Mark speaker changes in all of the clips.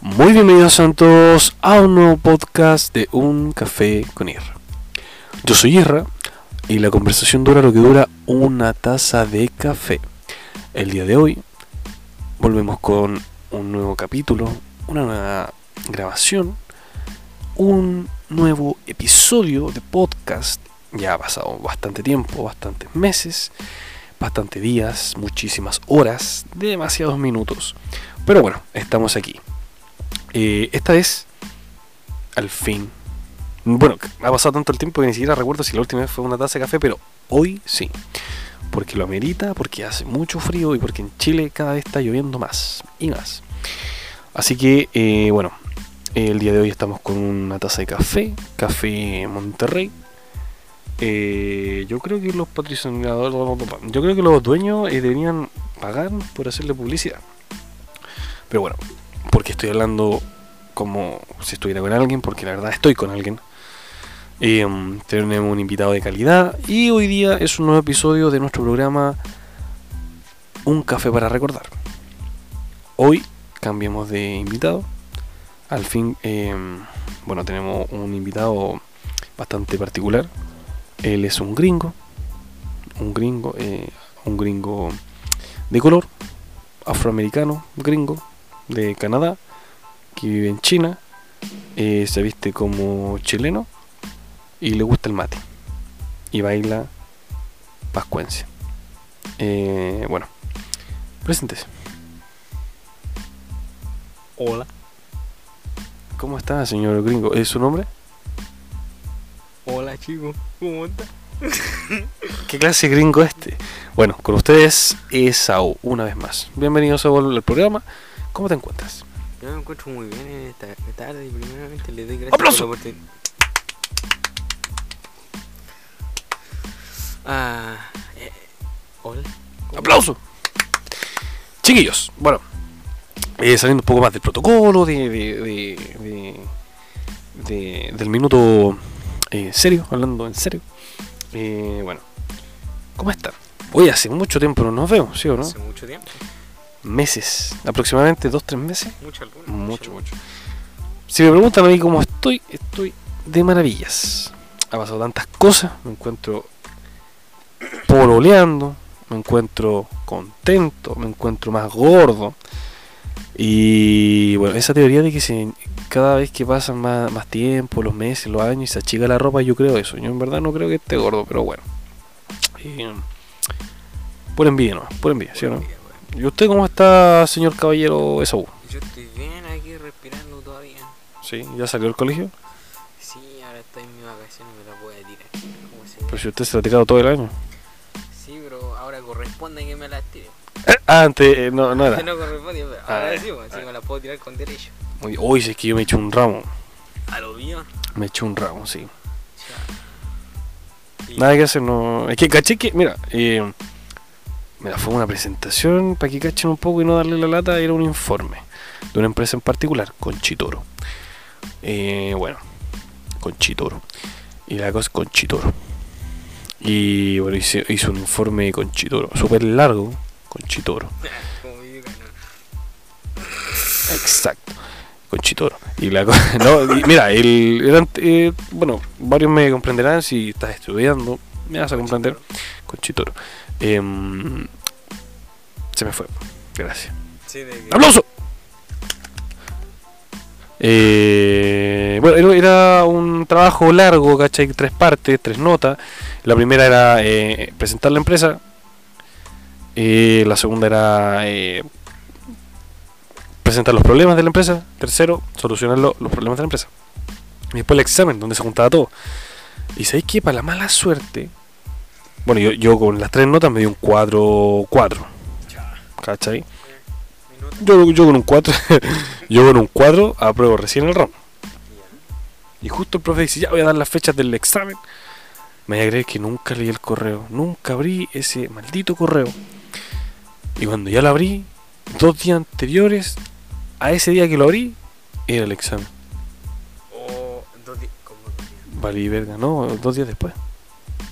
Speaker 1: Muy bienvenidos a todos a un nuevo podcast de Un Café con Irra. Yo soy Irra y la conversación dura lo que dura una taza de café. El día de hoy volvemos con un nuevo capítulo, una nueva grabación, un nuevo episodio de podcast. Ya ha pasado bastante tiempo, bastantes meses, bastantes días, muchísimas horas, demasiados minutos. Pero bueno, estamos aquí. Eh, esta vez, al fin. Bueno, ha pasado tanto el tiempo que ni siquiera recuerdo si la última vez fue una taza de café, pero hoy sí. Porque lo amerita, porque hace mucho frío y porque en Chile cada vez está lloviendo más y más. Así que, eh, bueno, el día de hoy estamos con una taza de café, café Monterrey. Eh, yo creo que los patrocinadores, yo creo que los dueños eh, deberían pagar por hacerle publicidad. Pero bueno, porque estoy hablando como si estuviera con alguien, porque la verdad estoy con alguien. Eh, tenemos un invitado de calidad y hoy día es un nuevo episodio de nuestro programa Un café para recordar. Hoy cambiamos de invitado. Al fin, eh, bueno, tenemos un invitado bastante particular. Él es un gringo, un gringo, eh, un gringo de color, afroamericano, gringo, de Canadá, que vive en China, eh, se viste como chileno y le gusta el mate. Y baila pascuense. Eh, bueno, preséntese.
Speaker 2: Hola,
Speaker 1: ¿Cómo está, señor gringo? ¿Es su nombre?
Speaker 2: hola chico, ¿cómo estás?
Speaker 1: ¿Qué clase de gringo este? Bueno, con ustedes Esaú, una vez más. Bienvenidos a volver al programa. ¿Cómo te encuentras?
Speaker 2: Yo me encuentro muy bien en esta tarde y primeramente le doy gracias
Speaker 1: ¡Aplauso!
Speaker 2: por la oportunidad. Ah, eh, hola. ¿cómo-
Speaker 1: ¡Aplauso! Chiquillos, bueno, eh, saliendo un poco más del protocolo, de, de- de- de- de- del minuto eh, serio, hablando en serio. Eh, bueno, ¿cómo están? Hoy hace mucho tiempo no nos vemos, ¿sí o no?
Speaker 2: Hace mucho tiempo,
Speaker 1: Meses, aproximadamente dos, tres meses.
Speaker 2: mucho alguna.
Speaker 1: Mucho, mucho. Si me preguntan a mí cómo estoy, estoy de maravillas. Ha pasado tantas cosas, me encuentro pololeando, me encuentro contento, me encuentro más gordo. Y bueno, esa teoría de que se- cada vez que pasan más, más tiempo, los meses, los años, y se achica la ropa, yo creo eso. Yo en verdad no creo que esté gordo, pero bueno. Eh, por envidia nomás, por envidia, ¿sí o no? ¿Y usted cómo está, señor caballero Esaú?
Speaker 2: Yo estoy bien aquí respirando todavía.
Speaker 1: Sí, ya salió del colegio.
Speaker 2: Sí, ahora estoy en mi vacación y me la voy a tirar. como se dice.
Speaker 1: Pero si usted se lo ha tirado todo el año.
Speaker 2: Sí, pero ahora corresponde que me la tire.
Speaker 1: Ah, antes, eh, no, no era.
Speaker 2: No corresponde, pero
Speaker 1: Ah,
Speaker 2: ahora
Speaker 1: eh,
Speaker 2: sí, pues, así me la puedo tirar con derecho.
Speaker 1: Uy, uy, si es que yo me eché un ramo.
Speaker 2: A lo mío.
Speaker 1: Me eché un ramo, sí.
Speaker 2: Sí.
Speaker 1: Nada que hacer, no. Es que caché que, mira, eh, mira, fue una presentación para que cachen un poco y no darle la lata. Era un informe de una empresa en particular, Conchitoro. Eh, bueno, Conchitoro. Y la cosa es Conchitoro. Y bueno, hice, hice un informe de Conchitoro, súper largo, Conchitoro.
Speaker 2: Como mi vida, ¿no?
Speaker 1: Exacto. Con Chitoro. Y la co- no, y mira, el, el ant- eh, bueno, varios me comprenderán si estás estudiando, me vas a comprender con Chitoro. Em, se me fue. Gracias.
Speaker 2: Sí, de que...
Speaker 1: ¡Aplauso! Eh, bueno, era- era un trabajo largo, ¿cachai? Tres partes, tres notas. La primera era eh, presentar la empresa. Eh, la segunda era eh, presentar los problemas de la empresa. Tercero, solucionar lo- los problemas de la empresa. Y después el examen, donde se juntaba todo. Y sabéis que para la mala suerte, bueno, yo, yo con las tres notas me dio un 4-4. ¿Cachai?
Speaker 2: Minuto.
Speaker 1: Yo, yo con un 4 Yo con un 4 apruebo recién el ramo Y justo el profe dice Ya voy a dar las fechas del examen Me voy a creer que nunca leí el correo Nunca abrí ese maldito correo Y cuando ya lo abrí Dos días anteriores A ese día que lo abrí Era el examen
Speaker 2: O dos días. ¿Cómo dos días?
Speaker 1: Vale, y verga, no, dos días después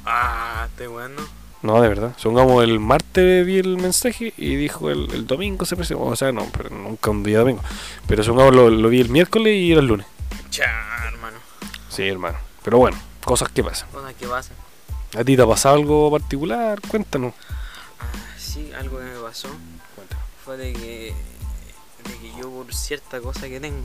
Speaker 2: Ah, este weón no.
Speaker 1: No, de verdad. Son como el martes vi el mensaje y dijo el, el domingo se presentó. O sea, no, pero nunca un día domingo. Pero son como lo, lo vi el miércoles y era el lunes.
Speaker 2: Chá, hermano.
Speaker 1: Sí, hermano. Pero bueno, cosas que pasan.
Speaker 2: Bueno, ¿qué pasa?
Speaker 1: ¿A ti te ha pasado algo particular? Cuéntanos.
Speaker 2: Ah, sí, algo que me pasó
Speaker 1: Cuéntanos.
Speaker 2: fue de que, de que yo por cierta cosa que tengo,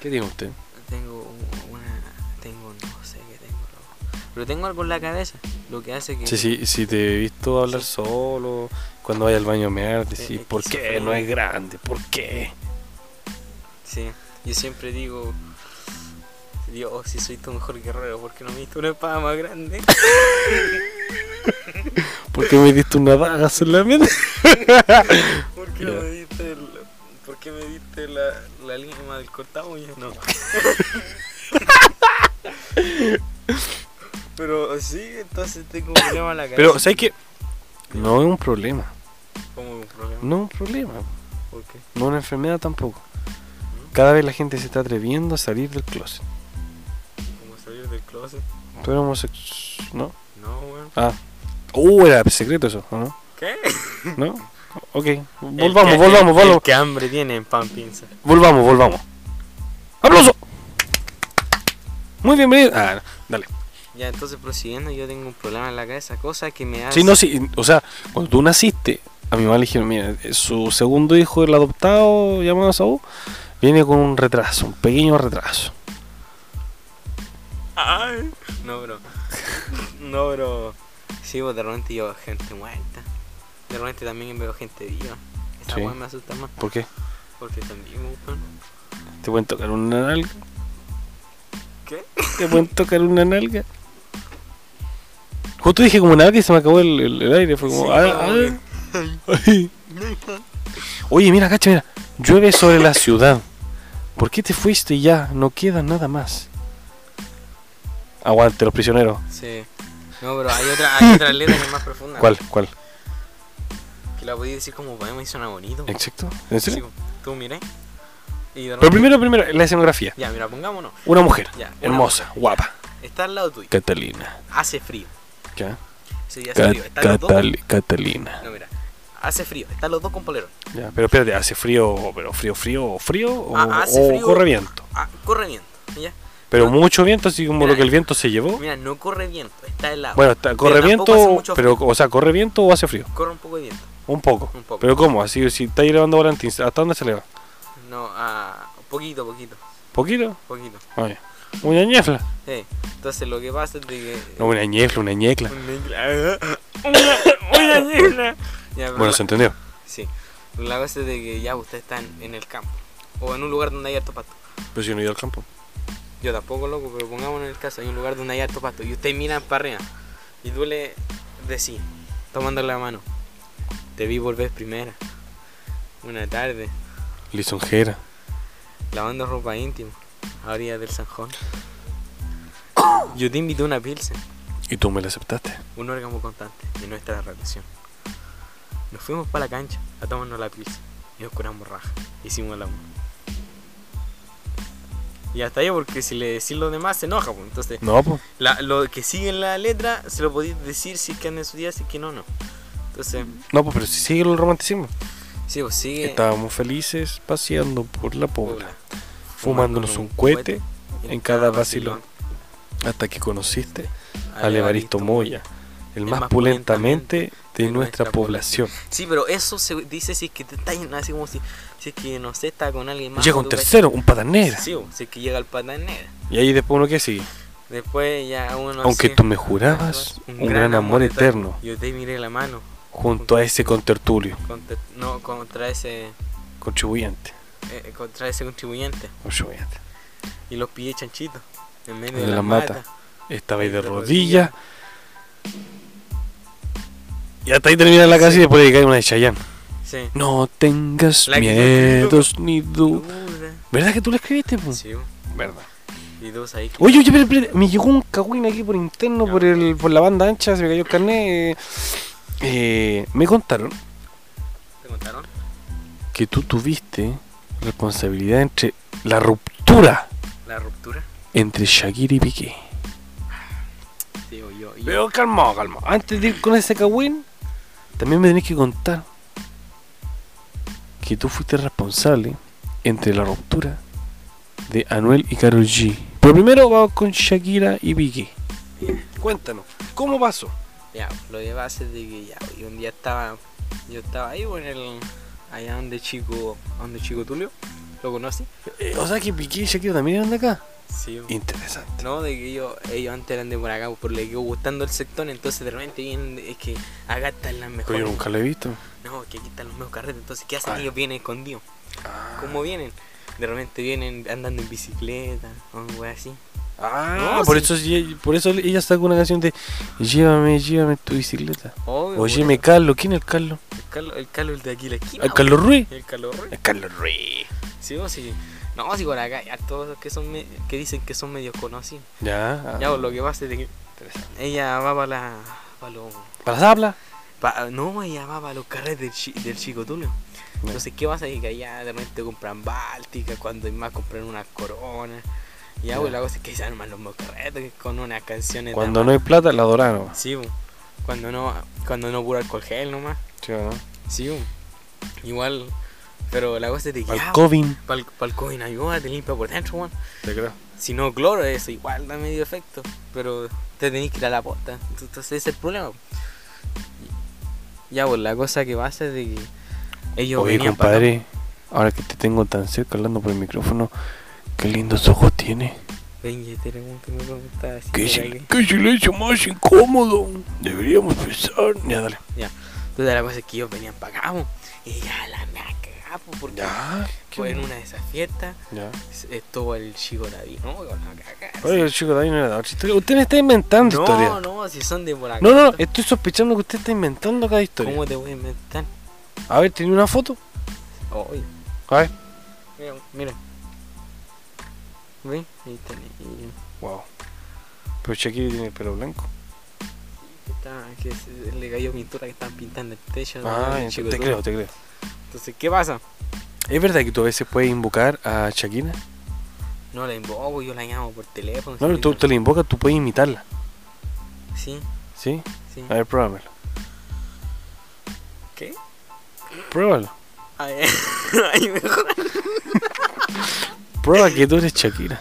Speaker 1: ¿Qué tiene usted?
Speaker 2: tengo u- una, tengo no sé qué tengo, loco. pero tengo algo en la cabeza, lo que hace que
Speaker 1: Sí, sí, si te he visto hablar solo, cuando vaya al baño a mear, decir,
Speaker 2: Eh,
Speaker 1: ¿por qué no es grande? ¿Por qué?
Speaker 2: Sí, yo siempre digo, Dios, si soy tu mejor guerrero, ¿por qué no me diste una espada más grande?
Speaker 1: ¿Por qué me diste una daga solamente?
Speaker 2: ¿Por qué
Speaker 1: Ya.
Speaker 2: no me diste, el, ¿por qué me diste la, la lima del cortado? no. Pero sí, entonces tengo un problema en la cabeza.
Speaker 1: Pero, ¿sabes qué? No es un problema.
Speaker 2: Como un problema.
Speaker 1: No es un problema.
Speaker 2: ¿Por qué?
Speaker 1: No es una enfermedad tampoco. Cada vez la gente se está atreviendo a salir del closet.
Speaker 2: Como salir del closet.
Speaker 1: Tú eres homosexual, ¿no?
Speaker 2: No, weón.
Speaker 1: Ah. Uh, era secreto eso, ¿o ¿no?
Speaker 2: ¿Qué?
Speaker 1: ¿No? Ok. Volvamos, volvamos, volvamos.
Speaker 2: Que hambre tiene en pan pinza.
Speaker 1: Volvamos, volvamos. ¡Aplauso! Muy bienvenido. Ah, no, dale.
Speaker 2: Ya, entonces prosiguiendo, yo tengo un problema en la cabeza, cosa que me hace.
Speaker 1: Sí, no, sí. O sea, cuando tú naciste, a mi mamá le dijeron, mira, eh, su segundo hijo, el adoptado, llamado Saúl, viene con un retraso, un pequeño retraso.
Speaker 2: Ay. No, bro. No, bro. Sí, pues de repente yo veo gente muerta. De repente también veo gente viva. Esa
Speaker 1: Sí.
Speaker 2: weá me asusta más
Speaker 1: ¿Por qué?
Speaker 2: porque están vivos, weón.
Speaker 1: ¿Te pueden tocar una nalga?
Speaker 2: ¿Qué?
Speaker 1: ¿Te pueden tocar una nalga? Justo dije como nada y se me acabó el, el- el aire. Fue como...
Speaker 2: Sí,
Speaker 1: ah,
Speaker 2: como
Speaker 1: ah, ay. Oye, mira, cacha, mira. Llueve sobre la ciudad. ¿Por qué te fuiste y ya? No queda nada más. Aguante, los prisioneros.
Speaker 2: Sí. No, bro, hay otra, hay otra letra que es más profunda.
Speaker 1: ¿Cuál? ¿Cuál?
Speaker 2: Que la podía decir como poema y suena bonito.
Speaker 1: ¿Exacto? ¿En
Speaker 2: Sí, pues,
Speaker 1: serio?
Speaker 2: tú miré. Y de
Speaker 1: Pero
Speaker 2: repente-
Speaker 1: primero, primero, la escenografía.
Speaker 2: Ya, mira, pongámonos.
Speaker 1: Una mujer.
Speaker 2: Ya, una
Speaker 1: Hermosa, guapa.
Speaker 2: Está al lado tuyo.
Speaker 1: Catalina.
Speaker 2: Hace frío.
Speaker 1: ¿Ya?
Speaker 2: Sí, hace
Speaker 1: Ca-
Speaker 2: frío. Están los dos.
Speaker 1: Catal- Catalina.
Speaker 2: No, mira. Hace frío. Están los dos con polerón.
Speaker 1: Ya, pero espérate, ¿hace frío, pero frío, frío, frío o,
Speaker 2: Ah, hace
Speaker 1: o
Speaker 2: frío.
Speaker 1: corre viento?
Speaker 2: Ah, corre viento. ¿Ya?
Speaker 1: Pero mucho viento, así como
Speaker 2: Mira,
Speaker 1: lo que el viento se llevó.
Speaker 2: Mira, no corre viento. Está helado.
Speaker 1: Bueno, está- corre
Speaker 2: pero tampoco hace
Speaker 1: viento,
Speaker 2: mucho
Speaker 1: pero, o sea, corre viento o hace frío.
Speaker 2: Corre un poco de viento.
Speaker 1: Un poco.
Speaker 2: Un poco.
Speaker 1: Pero ¿cómo? Así, si estáis elevando volantín, ¿hasta dónde se eleva?
Speaker 2: No, a poquito, poquito,
Speaker 1: ¿Poquito?
Speaker 2: poquito.
Speaker 1: Oye. Una ñefla.
Speaker 2: Sí. Entonces lo que pasa es de que.
Speaker 1: No, una ñefla, una ñecla.
Speaker 2: Una isla- una, una isla. Ya, pero
Speaker 1: Bueno,
Speaker 2: la-
Speaker 1: se entendió.
Speaker 2: sí. La cosa es de que ya ustedes están en el campo. O en un lugar donde hay harto pasto.
Speaker 1: Pero si Pues no he ido al campo.
Speaker 2: Yo tampoco, loco, pero pongamos en el caso, hay un lugar donde hay harto pasto. Y ustedes miran para arriba. Y tú le decís, tomándole la mano. Te vi volver primera. Una tarde,
Speaker 1: Lisonjera.
Speaker 2: lavando ropa íntima. A orillas del Sanjón. Yo te invité una pilsen.
Speaker 1: Y tú me la aceptaste.
Speaker 2: un órgano constante de nuestra relación. Nos fuimos para la cancha a tomarnos la pizza y nos curamos raja. Hicimos el amor. Y hasta ahí, porque si le decís lo demás se enoja. pues. Entonces,
Speaker 1: No, pues.
Speaker 2: la- lo que sigue en la letra se lo podéis decir si es que anda en su día, si es que no, no. Entonces,
Speaker 1: No, pues, pero si sigue el romanticismo.
Speaker 2: sí, pues sigue.
Speaker 1: Estábamos felices paseando por la
Speaker 2: Pobla,
Speaker 1: pobla, fumándonos un cohete en cada vacilón. Hasta que conociste al Evaristo Moya, el más pulentamente de nuestra población.
Speaker 2: Sí, pero eso se dice si es que te está así como si, si es que no sé, está con alguien más.
Speaker 1: Llega
Speaker 2: o
Speaker 1: un
Speaker 2: tú cachai.
Speaker 1: tercero, un patanera.
Speaker 2: Sí, bo, si es que llega el patán negra.
Speaker 1: Y ahí después uno que sigue.
Speaker 2: Después ya uno
Speaker 1: Aunque
Speaker 2: así-
Speaker 1: tú me jurabas un gran amor eterno
Speaker 2: Yo te miré la mano
Speaker 1: junto a ese contertulio,
Speaker 2: contra, no, contra ese
Speaker 1: contribuyente.
Speaker 2: eh, contra ese contribuyente
Speaker 1: contribuyente.
Speaker 2: y los pillé chanchitos en medio
Speaker 1: De
Speaker 2: de,
Speaker 1: la
Speaker 2: la,
Speaker 1: mata.
Speaker 2: mata.
Speaker 1: Estaba ahí de
Speaker 2: De
Speaker 1: rodillas. Y hasta ahí termina la casa y después le cae una de Chayanne.
Speaker 2: Sí.
Speaker 1: No tengas
Speaker 2: La que yo
Speaker 1: miedos ni dudas.
Speaker 2: Dura.
Speaker 1: ¿Verdad que tú la escribiste? po?
Speaker 2: Sí, bo.
Speaker 1: Verdad.
Speaker 2: y dos ahí. que-
Speaker 1: Mm. Oye, oye, espera, espera, me llegó un cagüín aquí por interno, por el, por la banda ancha, se me cayó el carnet. Eh, eh, me contaron
Speaker 2: ¿Te contaron?
Speaker 1: que tú tuviste responsabilidad entre la ruptura
Speaker 2: La ruptura.
Speaker 1: entre Shakira y Piqué.
Speaker 2: Sí, bo, yo, y-
Speaker 1: Pero calmado, calmado. Antes de ir con ese cagüín, también me tenés que contar que tú fuiste responsable entre la ruptura de Anuel y Karol G. Pero primero vamos con Shakira y Vicky. Cuéntanos, ¿cómo pasó?
Speaker 2: Ya, lo de base de que ya, y un día estaba, yo estaba ahí, bueno, el, allá donde chico, donde chico Tulio, ¿lo conocí?
Speaker 1: Eh, o sea que Vicky y Shakira también eran de acá.
Speaker 2: Sí.
Speaker 1: Interesante.
Speaker 2: No, de que ellos, ellos antes eran de por acá, pues le quedó gustando el sector, entonces de repente vienen, es que acá están las
Speaker 1: Pero
Speaker 2: mejores.
Speaker 1: yo nunca lo he visto.
Speaker 2: No, que aquí están los mejores carretes, entonces ¿qué hacen?
Speaker 1: Ah.
Speaker 2: Ellos vienen escondidos. ¿Cómo vienen? De repente vienen andando en bicicleta, o algo así.
Speaker 1: Ah,
Speaker 2: No,
Speaker 1: por,
Speaker 2: sí.
Speaker 1: eso, sí, por eso ella sacó una canción de Llévame, llévame tu bicicleta.
Speaker 2: Obvio,
Speaker 1: Oye,
Speaker 2: pues,
Speaker 1: me Carlos, ¿quién es el Carlos?
Speaker 2: El Carlos, el Carlos de aquí, la esquina.
Speaker 1: ¿El Carlos Ruiz?
Speaker 2: pues. El Carlos Ruiz.
Speaker 1: El Carlos Ruiz.
Speaker 2: Sí, vos sí. No, si por acá, ya todos los que, son me- que dicen que son medios conocidos.
Speaker 1: Ya. ah,
Speaker 2: Ya, pues, lo que pasa es de que ella va para la. pa' los-
Speaker 1: ¿Para las hablas?
Speaker 2: pa- no, ella va para los carretes del, chi- del Chico Tulio. Entonces, ¿qué pasa? Que allá de repente compran Báltica, cuando hay más compran unas coronas. Y ya, pues,
Speaker 1: Ya.
Speaker 2: la cosa es que se arman los medios carretes con unas canciones. de
Speaker 1: Cuando no
Speaker 2: amor.
Speaker 1: hay plata, la dorada nomás.
Speaker 2: Sí, pues. cuando no, cuando no puro alcohol gel nomás.
Speaker 1: ¿Sí o no?
Speaker 2: Sí, pues. igual. Pero la cosa es de que.
Speaker 1: Al Covin.
Speaker 2: Para el COVID, ayuda, te limpia por dentro, weón.
Speaker 1: Te creo.
Speaker 2: Si no cloro, eso igual da medio efecto. Pero te tenés que ir a la posta. Entonces ese es el problema. Ya, pues la cosa que pasa es de que ellos
Speaker 1: Oye,
Speaker 2: venían para acá.
Speaker 1: compadre, ahora que te tengo tan cerca hablando por el micrófono, qué lindos ojos tiene.
Speaker 2: Ven, este ya te pregunto, me preguntaba así.
Speaker 1: Qué,
Speaker 2: por
Speaker 1: sil-
Speaker 2: aquí.
Speaker 1: qué silencio más incómodo. Deberíamos pensar. Ya, dale.
Speaker 2: Entonces la cosa es que ellos venían para acá, po. Y ya la me cagada, po, porque
Speaker 1: Ya.
Speaker 2: fue en una de esas fiestas
Speaker 1: Ya.
Speaker 2: s- estuvo el chico David, ¿no? Con la cagada.
Speaker 1: Oye, el chico de ahí no era de otra historia. Usted me está inventando historia.
Speaker 2: No, no, si son de por acá.
Speaker 1: No, no, estoy sospechando que usted está inventando cada historia.
Speaker 2: ¿Cómo te voy a inventar?
Speaker 1: A ver, ¿tiene una foto?
Speaker 2: Oye.
Speaker 1: A ver.
Speaker 2: Mira, mira. Ve, ahí está el
Speaker 1: Wow. Pero Shakira tiene el pelo blanco.
Speaker 2: que, está, que se- le cayó pintura que estaban pintando el techo. ¿no?
Speaker 1: Ah,
Speaker 2: El
Speaker 1: ent-
Speaker 2: chico
Speaker 1: te
Speaker 2: todo.
Speaker 1: creo, te creo.
Speaker 2: Entonces, ¿qué pasa?
Speaker 1: ¿Es verdad que tú a veces puedes invocar a Shakira?
Speaker 2: No la invoco, yo la llamo por teléfono.
Speaker 1: No, pero
Speaker 2: si
Speaker 1: tú
Speaker 2: le-
Speaker 1: te la invocas, tú puedes imitarla.
Speaker 2: Sí,
Speaker 1: ¿Sí?
Speaker 2: sí.
Speaker 1: A ver, pruébamelo.
Speaker 2: ¿Qué?
Speaker 1: Pruébalo.
Speaker 2: A ver, ay, mejor.
Speaker 1: Prueba que tú eres Shakira.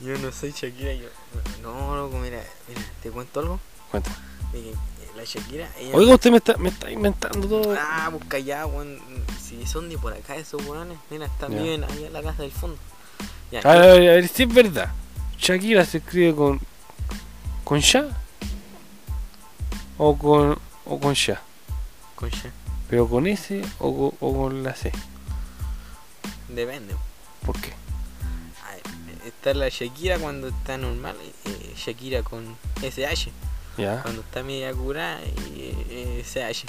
Speaker 2: Yo no soy Shakira, yo. No, loco, mira, mira, te cuento algo.
Speaker 1: Cuenta.
Speaker 2: De que eh, la Shakira, ella.
Speaker 1: Oiga, usted me está, me está inventando todo.
Speaker 2: Ah, busca ya, weón. Si son de por acá esos weones, mira, están
Speaker 1: Ya.
Speaker 2: bien ahí en la casa del fondo. Ya,
Speaker 1: A ver, a ver, a ver, si es verdad. Shakira se escribe con. ¿Con Sha? ¿O con. o con Sha?
Speaker 2: concha.
Speaker 1: ¿Pero con S o, co- o con la C?
Speaker 2: Depende,
Speaker 1: ¿Por qué?
Speaker 2: Ah, Está la Shakira cuando está normal, eh, Shakira con SH.
Speaker 1: Ya,
Speaker 2: Cuando está media curada, eh, eh, SH.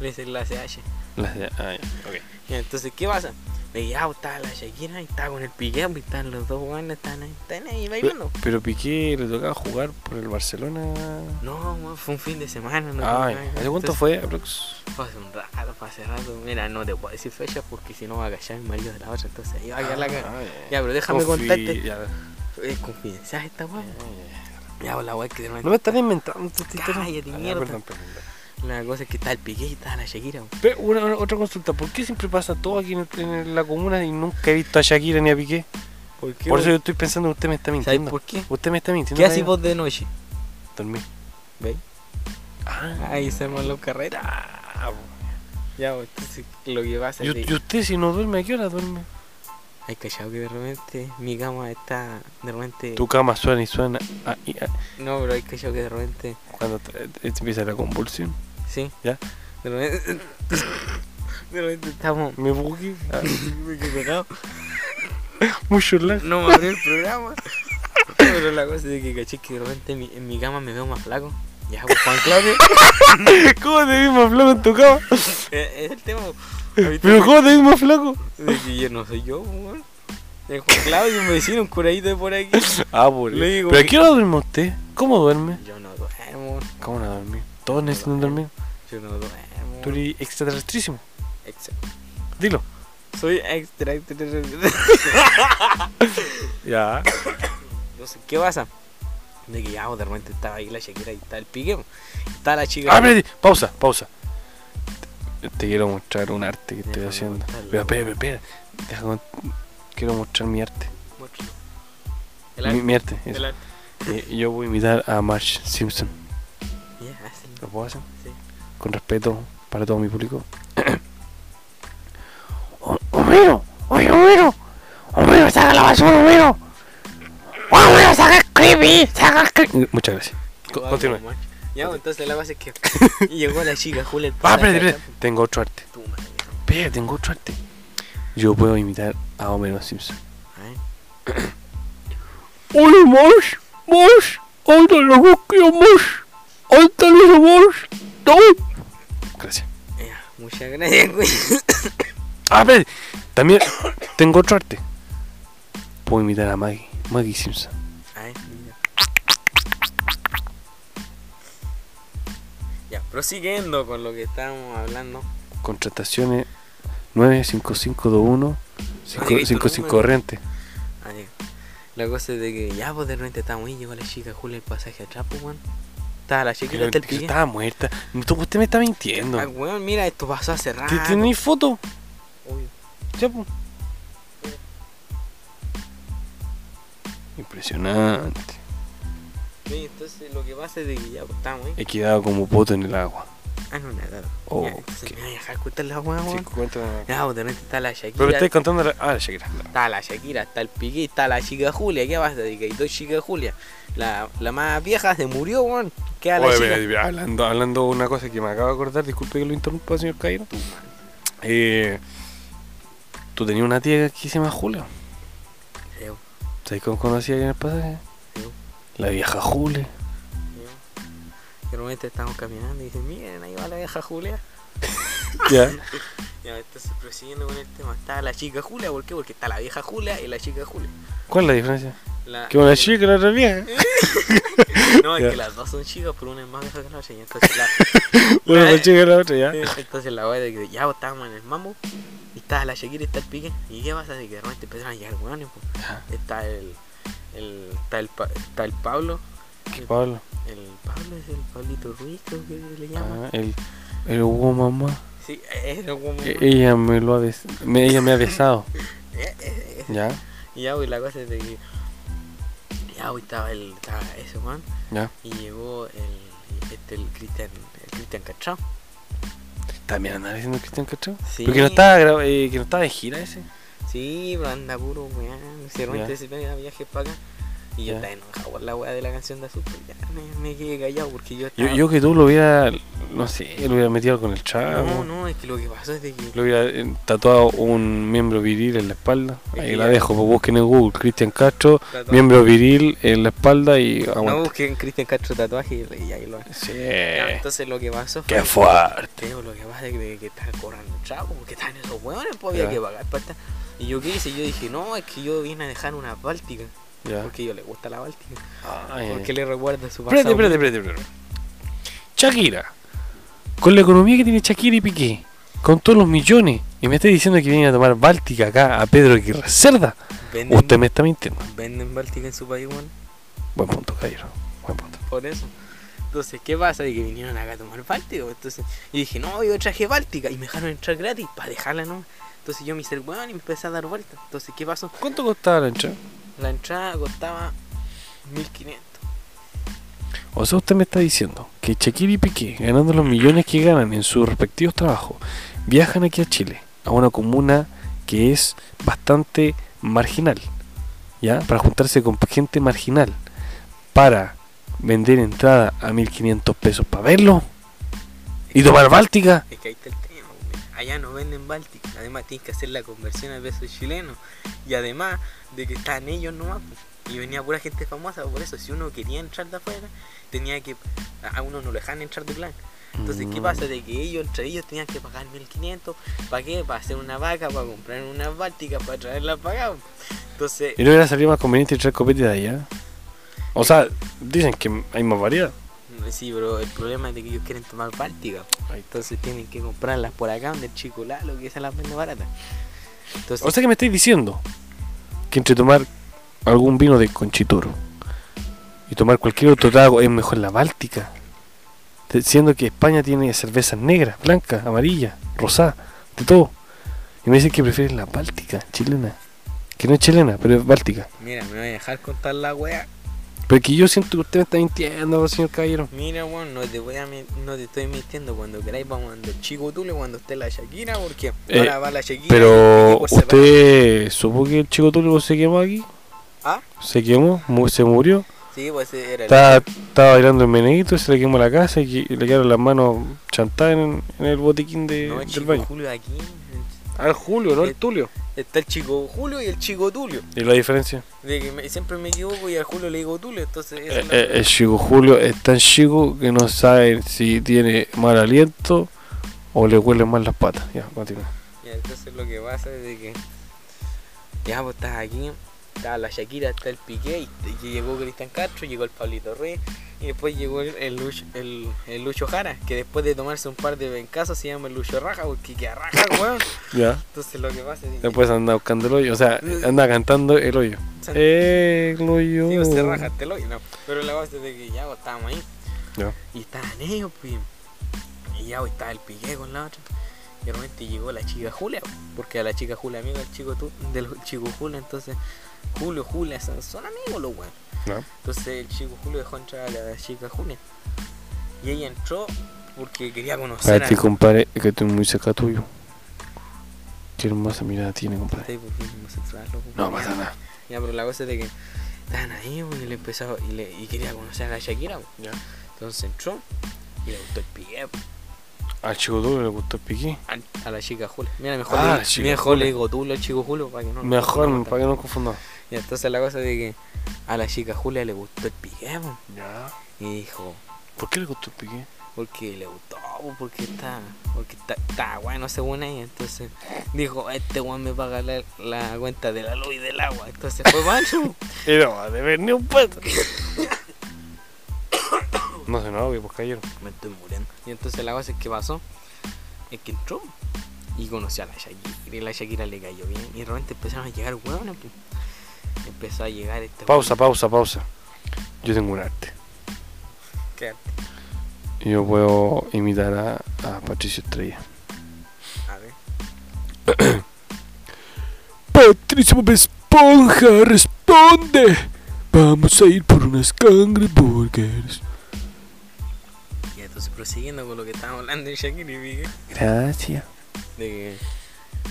Speaker 2: Le dicen la SH.
Speaker 1: la C. Ah, ya, ok.
Speaker 2: Ya, entonces, ¿qué pasa? Le dije, ah, estaba la Shakira y estaba con el Piqué, pues, están los dos buenos, están ahí, están ahí bailando.
Speaker 1: Pero Piqué le tocaba jugar por el Barcelona.
Speaker 2: No, weón, fue un fin de semana. No
Speaker 1: Ay,
Speaker 2: tengo nada que
Speaker 1: ¿hace cuánto
Speaker 2: hacer.
Speaker 1: fue, aprox?
Speaker 2: Fue hace un rato, fue hace rato. Mira, no te puedo decir fecha porque si no va a callar el marido de la otra, entonces ahí va a quedar la cara.
Speaker 1: Ah,
Speaker 2: Ya, pero déjame
Speaker 1: Confi-
Speaker 2: contarte.
Speaker 1: ya.
Speaker 2: Es confidencial esta weá. Ya, pues, la weá que
Speaker 1: No me están inventando esta
Speaker 2: Cállate,
Speaker 1: historia. Ah,
Speaker 2: mierda.
Speaker 1: perdón, perdón, perdón.
Speaker 2: La cosa es que está el Piqué y está la Shakira. weón.
Speaker 1: Pero una- una- otra consulta, ¿por qué siempre pasa todo aquí en, el- en la comuna y nunca he visto a Shakira ni a Piqué?
Speaker 2: ¿Por qué?
Speaker 1: Por eso yo estoy pensando que usted me está
Speaker 2: ¿Sabes
Speaker 1: mintiendo.
Speaker 2: por qué?
Speaker 1: Usted me está mintiendo.
Speaker 2: ¿Qué haces
Speaker 1: David.
Speaker 2: vos de noche?
Speaker 1: Dormí.
Speaker 2: ¿Veis?
Speaker 1: Ah,
Speaker 2: Ahí se arman los carreras. Ah, Ya, pues, entonces lo que pasa
Speaker 1: ¿Y,
Speaker 2: es
Speaker 1: y
Speaker 2: que.
Speaker 1: usted si no duerme a qué hora duerme?
Speaker 2: Ay, callado que de repente mi cama está. De repente.
Speaker 1: Tu cama suena y suena ah, y, ah,
Speaker 2: No, pero hay callado que de repente.
Speaker 1: cuando te- te empieza la convulsión.
Speaker 2: Sí.
Speaker 1: Ya.
Speaker 2: De repente. De repente estamos.
Speaker 1: Me bugué. Ah,
Speaker 2: Me quedé pegado.
Speaker 1: mucho lag.
Speaker 2: No me abrió el programa. Pero la cosa es que caché que de repente mi- en mi cama me veo más flaco. Ya, pues, Juan Claudio.
Speaker 1: ¿Cómo te vi más flaco en tu cama?
Speaker 2: eh, Es el tema. pues.
Speaker 1: ¿Pero cómo te vi más flaco?
Speaker 2: De que yo no soy yo, weón. El Juan Claudio, un vecino, un curadito de por aquí.
Speaker 1: Ah, por
Speaker 2: Le digo, eh,
Speaker 1: ¿Pero a
Speaker 2: ¿qué?
Speaker 1: qué hora duerme usted? ¿Cómo duerme?
Speaker 2: Yo no duermo,
Speaker 1: ¿Cómo no dormir? Todos necesitan dormir.
Speaker 2: yo no duermo.
Speaker 1: Tú eres extraterrestrísimo.
Speaker 2: Ex-
Speaker 1: Dilo.
Speaker 2: Soy extra, extra, extra.
Speaker 1: Ya. Ah,
Speaker 2: Entonces, ¿qué pasa? De que ya, pues, de repente estaba ahí la Shakira y estaba el pique. pues. Estaba la chica.
Speaker 1: Ah, espérate, pausa, pausa. Te, te quiero mostrar un arte que estoy
Speaker 2: Déjame
Speaker 1: haciendo.
Speaker 2: contarlo.
Speaker 1: Pero espera, espera, espera. Deja con- Quiero mostrar mi arte.
Speaker 2: Muéstralo. El
Speaker 1: Mi,
Speaker 2: arte.
Speaker 1: mi arte. eso.
Speaker 2: El arte.
Speaker 1: Eh, yo voy a imitar a Marge Simpson.
Speaker 2: Ya, hazlo.
Speaker 1: ¿Lo puedo hacer?
Speaker 2: Sí.
Speaker 1: Con respeto para todo mi público. Ho- Homero, oye Homero, Homero, saca la basura, Homero. Homero, saca el creepy, saca el creepy. Mm, Ah, Muchas gracias. Co-
Speaker 2: Guau,
Speaker 1: Continúe.
Speaker 2: como- Ya, pues, entonces la base es que llegó la chica, Julia. el
Speaker 1: Ah,
Speaker 2: pasaje
Speaker 1: espérate,
Speaker 2: acá,
Speaker 1: espérate. Tengo otro arte.
Speaker 2: pues, tu madre.
Speaker 1: Espérate, tengo otro arte. Yo puedo imitar a Homero Simpson.
Speaker 2: A ver.
Speaker 1: Oye, Marsh, Marsh, anda la búsqueda, Marsh. Ándale, Marsh. No. Gracias.
Speaker 2: Ya, Muchas gracias, güey.
Speaker 1: Ah, espérate. También tengo otro arte. Puedo imitar a Maggie. Maggie Simpson.
Speaker 2: A ver, mira. Ya, prosiguiendo con lo que estábamos hablando.
Speaker 1: Contrataciones 95521
Speaker 2: Ay, tu
Speaker 1: 555
Speaker 2: número.
Speaker 1: rente.
Speaker 2: Ah, ya. La cosa es de que ya, pues de repente estábamos ahí, llegó la chica, Julia, el pasaje atrás, pues, weón. Estaba la chica,
Speaker 1: Pero
Speaker 2: hasta el
Speaker 1: que
Speaker 2: pique.
Speaker 1: estaba muerta. Tú- Usted me está mintiendo.
Speaker 2: Ah, weón, mira, esto pasó hace rato.
Speaker 1: ¿Ti- ¿Tiene mi foto?
Speaker 2: Obvio.
Speaker 1: Ya, pues. po. Impresionante.
Speaker 2: Sí, entonces lo que pasa es de que ya, pues, estábamos ahí.
Speaker 1: He quedado como poto en el agua.
Speaker 2: Ah, no, nada.
Speaker 1: Oh,
Speaker 2: Ya, entonces,
Speaker 1: ok.
Speaker 2: me voy a dejar contar la weón,
Speaker 1: Sí,
Speaker 2: weón.
Speaker 1: cuéntame.
Speaker 2: Ya, pues de repente está la Shakira.
Speaker 1: Pero me estáis contando la... Ah, la Shakira. No.
Speaker 2: Está la Shakira, está el Piqué, está la chica Julia. ¿Qué pasa? De que hay dos chicas Julia. La, la más vieja se murió, weón. Queda la
Speaker 1: Oye,
Speaker 2: chica.
Speaker 1: mira, mira, hablando, hablando de una cosa que me acabo de acordar, disculpe que lo interrumpa, señor Cairo. Eh, Tú tenías una tía que se llama Julia.
Speaker 2: Creo,
Speaker 1: ¿Sabes cómo conocí ahí en el pasaje?
Speaker 2: creo,
Speaker 1: La vieja Julia.
Speaker 2: creo. Y de repente eh, estamos caminando y dicen, miren, ahí va la vieja Julia.
Speaker 1: Ya.
Speaker 2: Ya, entonces prosiguiendo con el tema, está la chica Julia, ¿por qué? Porque está la vieja Julia y la chica Julia.
Speaker 1: ¿Cuál es la diferencia?
Speaker 2: La-
Speaker 1: Que una chica y la otra vieja.
Speaker 2: No, es
Speaker 1: Ya.
Speaker 2: que las dos son chicas, pero una es más vieja que la otra. Y entonces la,
Speaker 1: Una
Speaker 2: Eh.
Speaker 1: es más chica y la otra, ya.
Speaker 2: Entonces la wea de que ya pues, estábamos en el mambo y estaba la Shakira y está el pique. ¿Y qué pasa? De que de repente empezaron a llegar weones, pues. po.
Speaker 1: Ajá.
Speaker 2: Está el, el, está el, pa- está el Pablo.
Speaker 1: ¿Qué Pablo?
Speaker 2: El Pablo es el Pablito Ruiz, creo que le llaman.
Speaker 1: Ah, el, el hubo mamá.
Speaker 2: Sí, es el guamo.
Speaker 1: E- ella me lo ha bes- me- Ella me ha besado.
Speaker 2: Eh, eh, eh.
Speaker 1: Ya,
Speaker 2: Y ya, pues, la cosa es de que. Ya, pues, estaba, el, estaba ese Juan
Speaker 1: ya.
Speaker 2: y llegó el, este, el Cristian, el Cristian Cachao.
Speaker 1: También andaba diciendo Cristian Cachao.
Speaker 2: Sí.
Speaker 1: Porque no estaba, gra- eh, que no estaba de gira ese.
Speaker 2: Sí, pero anda puro, weón. Se rompe
Speaker 1: Ya.
Speaker 2: se pega viajes para acá. Y yo
Speaker 1: Ya.
Speaker 2: estaba enojado por la weá de la canción de Asunto. Ya me, me quedé callado porque yo
Speaker 1: Yo,
Speaker 2: estaba.
Speaker 1: yo que tú lo hubiera, no sé, lo hubiera metido con el chavo.
Speaker 2: no, no, es que lo que pasó es de que.
Speaker 1: Lo hubiera eh, tatuado un miembro viril en la espalda.
Speaker 2: Es
Speaker 1: Ahí
Speaker 2: que
Speaker 1: la
Speaker 2: ya-
Speaker 1: dejo, pues busquen en Google Cristian Castro,
Speaker 2: Tatuaje.
Speaker 1: miembro viril en la espalda y
Speaker 2: No
Speaker 1: aguanta.
Speaker 2: busquen Cristian Castro tatuaje y, y ahí lo.
Speaker 1: Sí.
Speaker 2: Ya, entonces lo que pasó fue.
Speaker 1: Qué fuerte.
Speaker 2: Te digo, lo que pasa es que, que estaba corriendo el chavo porque estaban esos weones, pues había
Speaker 1: Ya.
Speaker 2: que pagar para estar. Y yo qué hice, yo dije, no, es que yo vine a dejar una báltica.
Speaker 1: Ya. Eh.
Speaker 2: Porque yo le gusta la báltica.
Speaker 1: Ay,
Speaker 2: Porque le recuerda su pasado.
Speaker 1: Espérate, espérate, espérate, espérate. Shakira. Con la economía que tiene Shakira y Piqué. Con todos los millones. Y me está diciendo que vienen a tomar Báltica acá a Pedro Aguirre Cerda.
Speaker 2: Venden,
Speaker 1: Usted me está mintiendo.
Speaker 2: venden báltica en su país, weón.
Speaker 1: Buen punto, Cairo. Buen punto.
Speaker 2: Por eso. Entonces, ¿qué pasa? De que vinieron acá a tomar báltico. Entonces, yo dije, no, yo traje báltica. Y me dejaron entrar gratis para dejarla, ¿no? Entonces yo me hice el weón y me empecé a dar vueltas. Entonces, ¿qué pasó?
Speaker 1: ¿Cuánto costaba la entrada?
Speaker 2: La entrada costaba 1500.
Speaker 1: O sea, usted me está diciendo que Shakira y Piqué, ganando los millones que ganan en sus respectivos trabajos, viajan aquí a Chile, a una comuna que es bastante marginal, ¿ya? Para juntarse con gente marginal, para vender entrada a 1.500 pesos para verlo y tomar Báltica.
Speaker 2: Es que ahí está el tema, weón. Allá no venden báltica. Además, tienes que hacer la conversión al peso chileno. Y además de que estaban ellos nomás. pues. Y venía pura gente famosa. Por eso, si uno quería entrar de afuera, tenía que. A uno no lo dejaban entrar de plan. Entonces, ¿qué
Speaker 1: Mm.
Speaker 2: pasa? De que ellos, entre ellos, tenían que pagar 1500. ¿Para qué? Para hacer una vaca, para comprar unas bálticas, para traerlas para acá. Entonces,
Speaker 1: ¿Y no hubiera salido más conveniente traer copete de allá? O sea, dicen que hay más variedad.
Speaker 2: sí, pero el problema es de que ellos quieren tomar bálticas. Entonces, tienen que comprarlas por acá, donde el chico Lalo, que se las vende baratas. Entonces,
Speaker 1: O sea que me estáis diciendo que entre tomar algún vino de Conchitoro y tomar cualquier otro trago es mejor la báltica. Te- Siendo que España tiene cervezas negras, blancas, amarillas, rosadas, de todo. Y me dicen que prefieres la báltica, chilena. Que no es chilena, pero es báltica.
Speaker 2: Mira, me voy a dejar contar la wea.
Speaker 1: Pero que yo siento que usted me está mintiendo, señor caballero.
Speaker 2: Mira, weón, no te voy a mi- no te estoy mintiendo. Cuando queráis vamos a andar chico tule cuando esté la Shakira, porque
Speaker 1: Eh,
Speaker 2: ahora va la Shakira.
Speaker 1: Pero
Speaker 2: por separado.
Speaker 1: usted supo que el chico Tulio se quemó aquí.
Speaker 2: ¿Ah?
Speaker 1: Se quemó, mu- se murió.
Speaker 2: Sí, pues ese era el-
Speaker 1: Estaba, estaba bailando en Menedito, se le quemó la casa y que- le quedaron las manos chantadas en, en el botiquín de,
Speaker 2: No, el
Speaker 1: del
Speaker 2: chico
Speaker 1: baño.
Speaker 2: Julio aquí.
Speaker 1: Al Julio,
Speaker 2: no al
Speaker 1: Tulio.
Speaker 2: Está el chico Julio y el chico Tulio.
Speaker 1: ¿Y la diferencia?
Speaker 2: De que me- siempre me equivoco y al Julio le digo Tulio, entonces. esa
Speaker 1: Eh,
Speaker 2: es la-
Speaker 1: eh, el chico Julio es tan chico que no sabe si tiene mal aliento o le huelen mal las patas. Ya, continúa.
Speaker 2: Ya, entonces lo que pasa es de que. Ya, vos estás aquí. Está la Shakira, está el Piqué. Y, y llegó Cristian Castro, llegó el Pablito Rey. Y después llegó el, el Lucho, el, el Lucho Jara. Que después de tomarse un par de bencazos se llama el Lucho Raja. Porque queda raja, weón.
Speaker 1: Ya.
Speaker 2: Entonces lo que pasa es que.
Speaker 1: Después anda buscando el hoyo, o sea, anda cantando el hoyo.
Speaker 2: se-
Speaker 1: El hoyo.
Speaker 2: Digo, se raja el hoyo, pues, no. Pero la cosa es de que ya vos estábamos ahí.
Speaker 1: Ya.
Speaker 2: Y estaban ellos, pues. Y ya hoy estaba el piqué con la otra. Y de repente llegó la chica Julia, pues, porque a la chica Julia, amiga del chico, tu- del chico Julia, entonces Julio, Julia, son, son amigos los weones.
Speaker 1: Ya.
Speaker 2: Entonces el chico Julio dejó entrar a la chica Julia. Y ella entró porque quería conocer
Speaker 1: Espérate, compadre, es que estoy muy cerca tuyo. Qué hermosa mirada tiene, compadre.
Speaker 2: Estoy, pues, homosexual, loco.
Speaker 1: No pasa nada.
Speaker 2: Ya, pero la cosa es de que estaban ahí, pues, y le empezaba, y, le, y quería conocer a la Shakira, pues.
Speaker 1: Ya.
Speaker 2: Entonces entró y le gustó el piqué, pues.
Speaker 1: Al chico tuyo le gustó el piquí.
Speaker 2: Al- A la chica Julio. Mira, mejor,
Speaker 1: Ah,
Speaker 2: le-
Speaker 1: la chica
Speaker 2: mejor le digo tú al chico Julio para que no.
Speaker 1: Mejor,
Speaker 2: no-
Speaker 1: para que no confundamos.
Speaker 2: Y entonces la cosa es de que a la chica Julia le gustó el piqué, po.
Speaker 1: Ya.
Speaker 2: Y dijo,
Speaker 1: ¿Por qué le gustó el piquí?
Speaker 2: porque le gustó, po, porque está, porque está, está bueno según ella. Entonces dijo, este weón me paga la, la cuenta de la luz y del agua. Entonces fue macho.
Speaker 1: Era va a deber ni un peso. no se no, que pues cayeron.
Speaker 2: Me estoy muriendo. Y entonces la cosa es que pasó, es que entró y conoció a la Shakira. Y la Shakira le cayó bien. Y realmente empezaron a llegar huevones, po. Empezó a llegar este
Speaker 1: Pausa, pausa, pausa. Yo tengo un arte.
Speaker 2: ¿Qué?
Speaker 1: Yo puedo imitar a, a Patricio Estrella.
Speaker 2: A ver.
Speaker 1: Patricio Bob Esponja, responde. Vamos a ir por unas burgers.
Speaker 2: Y entonces prosiguiendo con lo que estábamos hablando de Shakira y Piqué,
Speaker 1: Gracias.
Speaker 2: de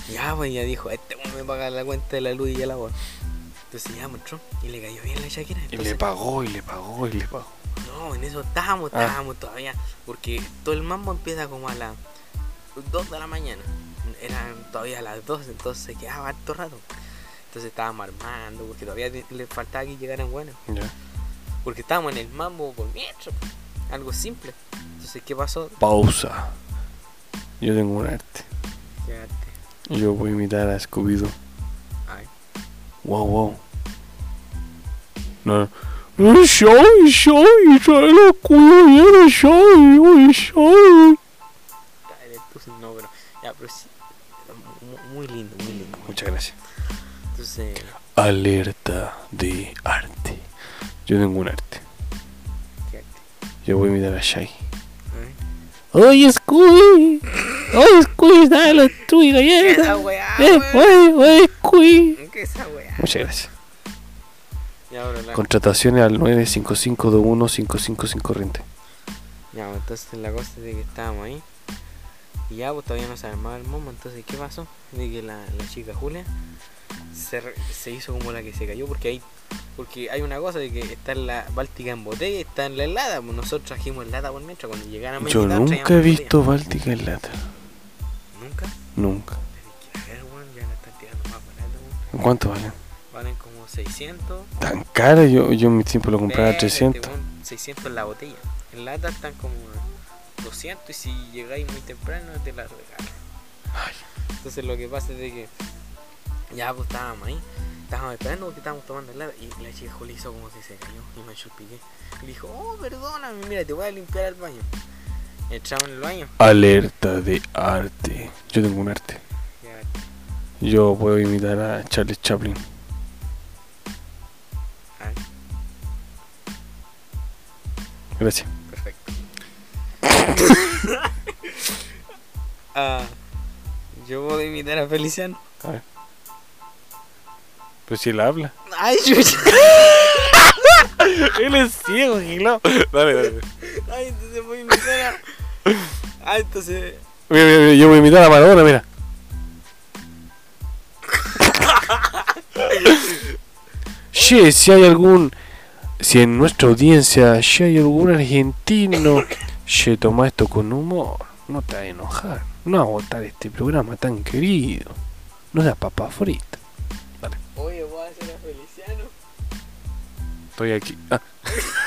Speaker 2: que ya pues ya dijo, este weón me paga la cuenta de la luz y el agua. Entonces ya mostró y le cayó bien la Shakira.
Speaker 1: Y
Speaker 2: Entonces,
Speaker 1: le pagó, y le pagó, y le pagó.
Speaker 2: no, en eso estábamos,
Speaker 1: Ah.
Speaker 2: estábamos todavía, porque todo el mambo empieza como a las 2 de la mañana. Eran todavía las 2, entonces se quedaba harto rato. Entonces estábamos armando, porque todavía te- le faltaba que llegaran buenas.
Speaker 1: Ya.
Speaker 2: Porque estábamos en el mambo por mientras, pues, algo simple. Entonces, ¿qué pasó?
Speaker 1: Pausa. Yo tengo un arte.
Speaker 2: Quédate.
Speaker 1: Yo voy a imitar a Scooby-Doo.
Speaker 2: Ay.
Speaker 1: Wow, wow. No. no. Soy, soy, soy la cuyo, soy, soy.
Speaker 2: Ya, eres tú, sí, no, pero. Ya, pero sí. era mu- Muy lindo, muy lindo.
Speaker 1: Muchas gracias.
Speaker 2: Entonces,
Speaker 1: Alerta de arte. Yo tengo un arte.
Speaker 2: ¿qué?
Speaker 1: Yo voy a imitar a Shai.
Speaker 2: ¿Eh?
Speaker 1: Oye, Scooby. Oye, Scooby, dale lo tuyo,
Speaker 2: ¿Qué
Speaker 1: galleta.
Speaker 2: esa weá?
Speaker 1: Eh,
Speaker 2: weón?
Speaker 1: oye, oye, Scooby.
Speaker 2: ¿Qué esa weá?
Speaker 1: Muchas gracias.
Speaker 2: Ya, ahora la.
Speaker 1: Contrataciones al 955 rente.
Speaker 2: Ya, bueno, entonces la cosa es de que estábamos ahí. Y ya, pues todavía no se armaba el momo. Entonces, ¿qué pasó? De que la, la chica Julia se, re- se hizo como la que se cayó. Porque hay, porque hay una cosa de que está en la Báltica en botella y está en la helada. Pues nosotros trajimos helada por mientras. Cuando llegáramos
Speaker 1: Yo
Speaker 2: invitados,
Speaker 1: nunca he
Speaker 2: traíamos
Speaker 1: visto Báltica en lata.
Speaker 2: botella. Nunca.
Speaker 1: Nunca.
Speaker 2: Pero es que, a ver, weón, ya la están tirando más barato, weón.
Speaker 1: ¿Cuánto vale?
Speaker 2: Valen como 600.
Speaker 1: Tan cara, yo, yo en mi tiempo lo compraba a
Speaker 2: Espérate,
Speaker 1: 300.
Speaker 2: weón, 600 en la botella. En lata están como 200 y si llegáis muy temprano te la regalan.
Speaker 1: Ay.
Speaker 2: Entonces lo que pasa es de que ya pues estábamos ahí. Estábamos esperando porque estábamos tomando helada y la chica Juli hizo como que se cayó y me chupiqué. Le dijo, oh, perdóname, mira, te voy a limpiar el baño. Entramos en el baño.
Speaker 1: Alerta de arte. Yo tengo un arte.
Speaker 2: Ya,
Speaker 1: Yo puedo imitar a Charles Chaplin.
Speaker 2: ay,
Speaker 1: Gracias.
Speaker 2: Perfecto. Ah, yo puedo imitar a Feliciano.
Speaker 1: A ver. Pero Pues si él habla.
Speaker 2: Ay, yo
Speaker 1: él es ciego, Gilao. Dale, dale. dale.
Speaker 2: Ay, entonces voy a imitar a. Ah, entonces.
Speaker 1: Mira, mira, mira, yo voy a imitar a Maradona, mira. Che, si hay algún. Si en nuestra audiencia si hay algún argentino. Che, toma esto con humor. No te hagas enojar. No agotar este programa tan querido. No da papa frita.
Speaker 2: Oye, voy a hacer a Feliciano.
Speaker 1: Estoy aquí.